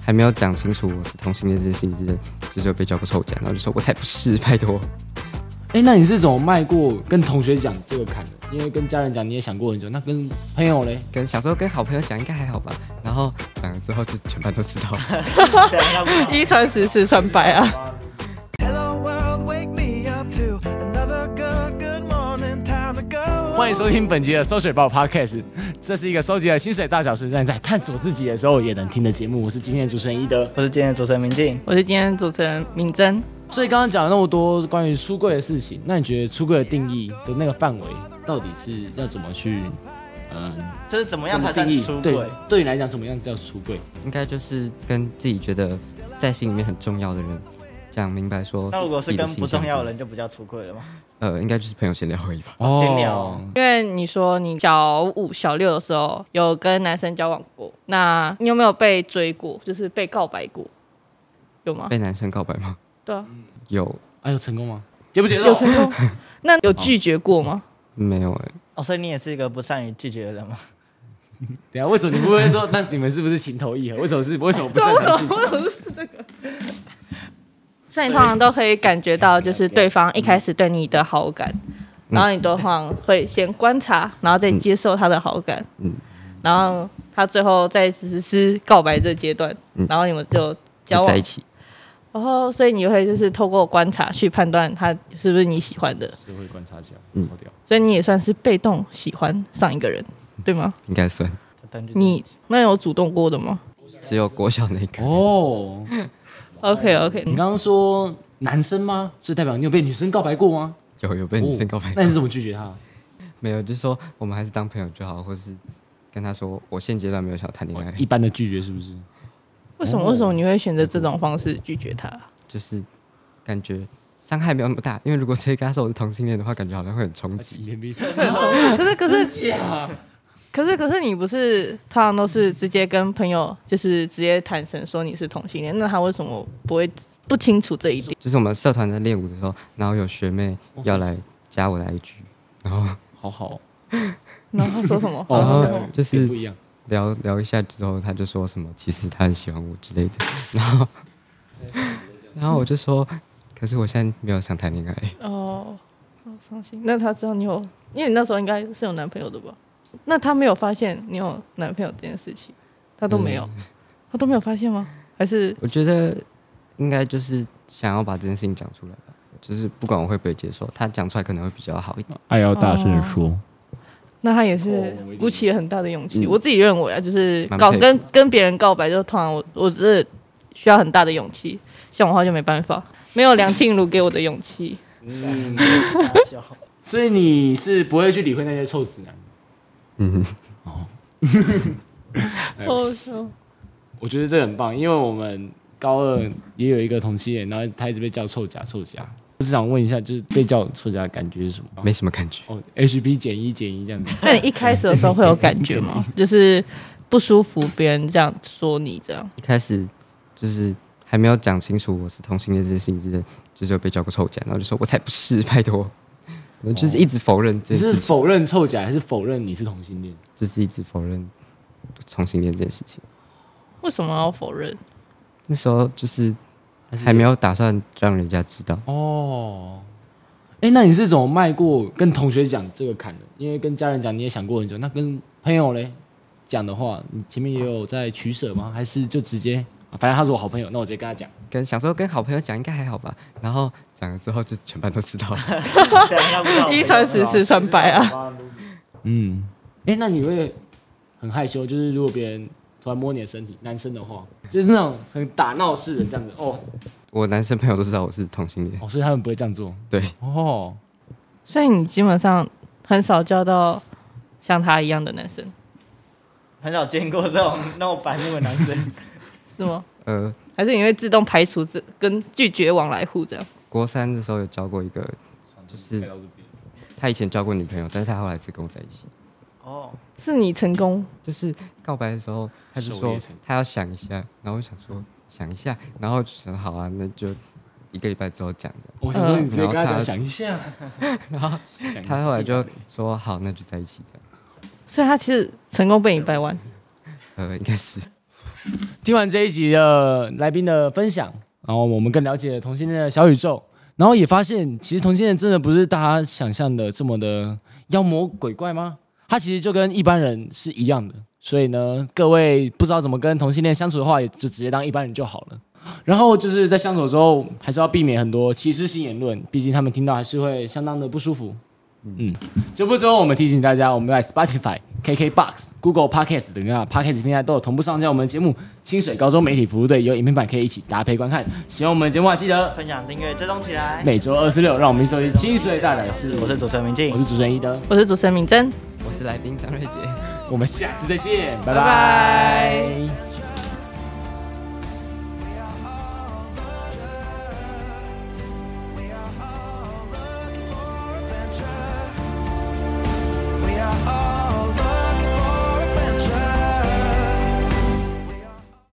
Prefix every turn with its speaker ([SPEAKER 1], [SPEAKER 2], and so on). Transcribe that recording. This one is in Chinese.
[SPEAKER 1] 还没有讲清楚我是同性恋这件事情之前，就是有被教过抽奖，然后就说我才不是，拜托。
[SPEAKER 2] 哎、那你是怎么迈过跟同学讲这个坎的？因为跟家人讲你也想过很久，那跟朋友嘞？
[SPEAKER 1] 跟小时候跟好朋友讲应该还好吧，然后讲了之后就全班都知道。
[SPEAKER 3] 对啊那不好
[SPEAKER 4] 一传十，十传百啊！
[SPEAKER 5] Hello world, wake me up to another good, good morning, time to go.
[SPEAKER 2] 欢迎收听本集的《收水报》Podcast，这是一个收集了薪水大小事，让你在探索自己的时候也能听的节目。我是今天的主持人一德。
[SPEAKER 3] 我是今天的主持人明静，
[SPEAKER 4] 我是今天主持人敏珍，
[SPEAKER 2] 所以刚刚讲了那么多关于出柜的事情，那你觉得出柜的定义的那个范围到底是要怎么去，嗯、
[SPEAKER 3] 就是怎么
[SPEAKER 2] 怎
[SPEAKER 3] 样
[SPEAKER 2] 么
[SPEAKER 3] 才算
[SPEAKER 2] 定义
[SPEAKER 3] 出？
[SPEAKER 2] 对
[SPEAKER 3] 轨？，
[SPEAKER 2] 对你来讲，什么样叫出柜？
[SPEAKER 1] 应该就是跟自己觉得在心里面很重要的人讲明白说。
[SPEAKER 3] 那如果是跟不重要的，人，就不叫出轨了吗？
[SPEAKER 1] 呃，应该就是朋友闲聊而已 吧。
[SPEAKER 3] 哦闲聊
[SPEAKER 4] 因为你说你小五、小六的时候有跟男生交往过，那你有没有被追过？就是被告白过？有吗？
[SPEAKER 1] 被男生告白吗？
[SPEAKER 4] 对啊，
[SPEAKER 1] 有
[SPEAKER 2] 哎呦，成功吗？接不接
[SPEAKER 4] 有
[SPEAKER 2] 受？
[SPEAKER 4] 成 功。那有拒绝过吗？
[SPEAKER 1] 没有、欸？
[SPEAKER 3] 哦，所以你也是一个不善于拒绝的人吗？
[SPEAKER 2] 等一下，为什么你不会说？那你们是不是情投意合？为什么是？为什么不是？
[SPEAKER 4] 所以你通常都可以感觉到，就是对方一开始对你的好感，然后你都通常会先观察，然后再接受他的好感，
[SPEAKER 1] 嗯
[SPEAKER 4] 然后他最后再实施告白这阶段，
[SPEAKER 1] 嗯
[SPEAKER 4] 然后你们就交
[SPEAKER 1] 就在
[SPEAKER 4] 往
[SPEAKER 1] 一。起。
[SPEAKER 4] 然后，所以你会就是透过观察去判断他是不是你喜欢的，
[SPEAKER 2] 社会观察家，
[SPEAKER 1] 嗯
[SPEAKER 2] 好屌。
[SPEAKER 4] 所以你也算是被动喜欢上一个人，对吗？
[SPEAKER 1] 应该算，
[SPEAKER 3] 但就是
[SPEAKER 4] 你那有主动过的吗
[SPEAKER 1] 只有国小那个，
[SPEAKER 2] 哦，
[SPEAKER 4] ？OK OK，
[SPEAKER 2] 你刚刚说男生吗？所以代表你有被女生告白过吗？
[SPEAKER 1] 有有被女生告白
[SPEAKER 2] 哦，那你是怎么拒绝他？
[SPEAKER 1] 没有，就是说我们还是当朋友就好，或是跟他说我现阶段没有想谈恋爱
[SPEAKER 2] 一，般的拒绝是不是？
[SPEAKER 4] 为什么为什么你会选择这种方式拒绝他？
[SPEAKER 1] 就是感觉伤害没有那么大，因为如果直接跟他说我是同性恋的话，感觉好像会很冲击。
[SPEAKER 2] 甜蜜。
[SPEAKER 4] 可是可是，可是可是你不是通常都是直接跟朋友就是直接坦诚说你是同性恋，那他为什么不会不清楚这一点？
[SPEAKER 1] 就是我们社团在练舞的时候，然后有学妹要来加我的 IG，然后
[SPEAKER 2] 好好
[SPEAKER 4] 然后他说什么？
[SPEAKER 2] 哦
[SPEAKER 1] 然
[SPEAKER 4] 他
[SPEAKER 1] 后
[SPEAKER 4] 说什么
[SPEAKER 1] 就
[SPEAKER 2] 也
[SPEAKER 1] 是
[SPEAKER 2] 不一样。
[SPEAKER 1] 聊聊一下之后，他就说什么其实他很喜欢我之类的，然后然后我就说，可是我现在没有想谈恋爱，
[SPEAKER 4] 哦，好伤心。那他知道你有，因为你那时候应该是有男朋友的吧？那他没有发现你有男朋友这件事情，他都没有，
[SPEAKER 1] 嗯
[SPEAKER 4] 他都没有发现吗？还是
[SPEAKER 1] 我觉得应该就是想要把这件事情讲出来吧，就是不管我会不会接受，他讲出来可能会比较好一点。
[SPEAKER 6] 爱要大声的说，
[SPEAKER 4] 那他也
[SPEAKER 1] 哦
[SPEAKER 4] 是鼓起了很大的勇气。我自己认为啊，就是
[SPEAKER 1] 嗯蛮
[SPEAKER 4] 告
[SPEAKER 1] 佩服
[SPEAKER 4] 跟跟别人告白，就通常我我只是需要很大的勇气，像我的话就没办法，没有梁静茹给我的勇气。
[SPEAKER 3] 傻笑，
[SPEAKER 2] 所以你是不会去理会那些臭直男。
[SPEAKER 1] 嗯，
[SPEAKER 4] 哦，是
[SPEAKER 2] 我觉得这很棒，因为我们高二也有一个同性恋，然后他一直被叫臭甲臭甲。我是想问一下，就是被叫臭甲的感觉是什么？
[SPEAKER 1] 没什么感觉，
[SPEAKER 2] 哦，HB 减一减一这样子。
[SPEAKER 4] 那你一开始的时候会有感 觉吗？就是不舒服，别人这样说你这样。
[SPEAKER 1] 一开始就是还没有讲清楚我是同性恋这件事情之前，就是有被叫过臭奖，然后就说我才不是，拜托，我就是一直否认这
[SPEAKER 2] 你
[SPEAKER 1] 件
[SPEAKER 2] 是
[SPEAKER 1] 事情，
[SPEAKER 2] 否认臭甲，还是否认你是同性恋？
[SPEAKER 1] 就是一直否认同性恋这件事情。
[SPEAKER 4] 为什么要否认？
[SPEAKER 1] 那时候就是
[SPEAKER 2] 是
[SPEAKER 1] 还没有打算让人家知道，
[SPEAKER 2] 哦，哎，那你是怎么迈过跟同学讲这个坎的？因为跟家人讲你也想过很久，那跟朋友嘞讲的话，你前面也有在取舍吗？还是就直接，啊反正他是我好朋友，那我直接跟他讲。
[SPEAKER 1] 跟小时候跟好朋友讲应该还好吧，然后讲了之后就全班都知道，
[SPEAKER 3] 对啊那不好
[SPEAKER 4] 一传十，哦十传百啊！
[SPEAKER 2] 嗯，哎，那你会很害羞？就是如果别人突然摸你的身体，男生的话，就是那种很打闹式的这样子。哦，
[SPEAKER 1] 我男生朋友都知道我是同性恋，
[SPEAKER 2] 哦，所以他们不会这样做。
[SPEAKER 1] 对，
[SPEAKER 2] 哦，
[SPEAKER 4] 所以你基本上很少交到像他一样的男生，
[SPEAKER 3] 很少见过这种那种白目的男生。
[SPEAKER 4] 是 吗？
[SPEAKER 1] 呃，
[SPEAKER 4] 还是你会自动排除这跟拒绝往来户这样？
[SPEAKER 1] 国三的时候有交过一个，就是他以前交过女朋友，但是他后来是跟我在一起，
[SPEAKER 3] 哦，
[SPEAKER 4] 是你成功
[SPEAKER 1] 就是告白的时候他就
[SPEAKER 2] 狩猎
[SPEAKER 1] 说
[SPEAKER 2] 成
[SPEAKER 1] 他要想一下，然后我想说想一下，然后就想好啊，那就一个礼拜之后讲的，
[SPEAKER 2] 我想说你直接跟他
[SPEAKER 1] 然后
[SPEAKER 2] 讲，
[SPEAKER 1] 他
[SPEAKER 2] 想 一下。然后
[SPEAKER 1] 他后来就说好，那就在一起这样，
[SPEAKER 4] 所以他其实成功被你掰弯。
[SPEAKER 1] 呃，应该是
[SPEAKER 2] 听完这一集的来宾的分享，然后我们更了解同性恋的小宇宙，然后也发现其实同性恋真的不是大家想象的这么的妖魔鬼怪吗？他其实就跟一般人是一样的。所以呢，各位不知道怎么跟同性恋相处的话，也就直接当一般人就好了。然后就是在相处的时候，还是要避免很多歧视性言论，毕竟他们听到还是会相当的不舒服。嗯，节目最后我们提醒大家，我们在 Spotify、KKBox、Google Podcast 等啊 Podcast 平台都有同步上架我们的节目。清水高中媒体服务队有影片版可以一起搭配观看。喜欢我们的节目啊，记得
[SPEAKER 3] 分享、订阅、追踪起来。
[SPEAKER 2] 每周二四六，让我们一起收听清水大胆事。
[SPEAKER 3] 我是主持人明
[SPEAKER 2] 我
[SPEAKER 3] 静
[SPEAKER 2] 是，主持人一德，
[SPEAKER 4] 我是主持人敏珍。
[SPEAKER 1] 我是来宾张瑞杰。
[SPEAKER 2] 我们下次再见，拜拜
[SPEAKER 4] 拜拜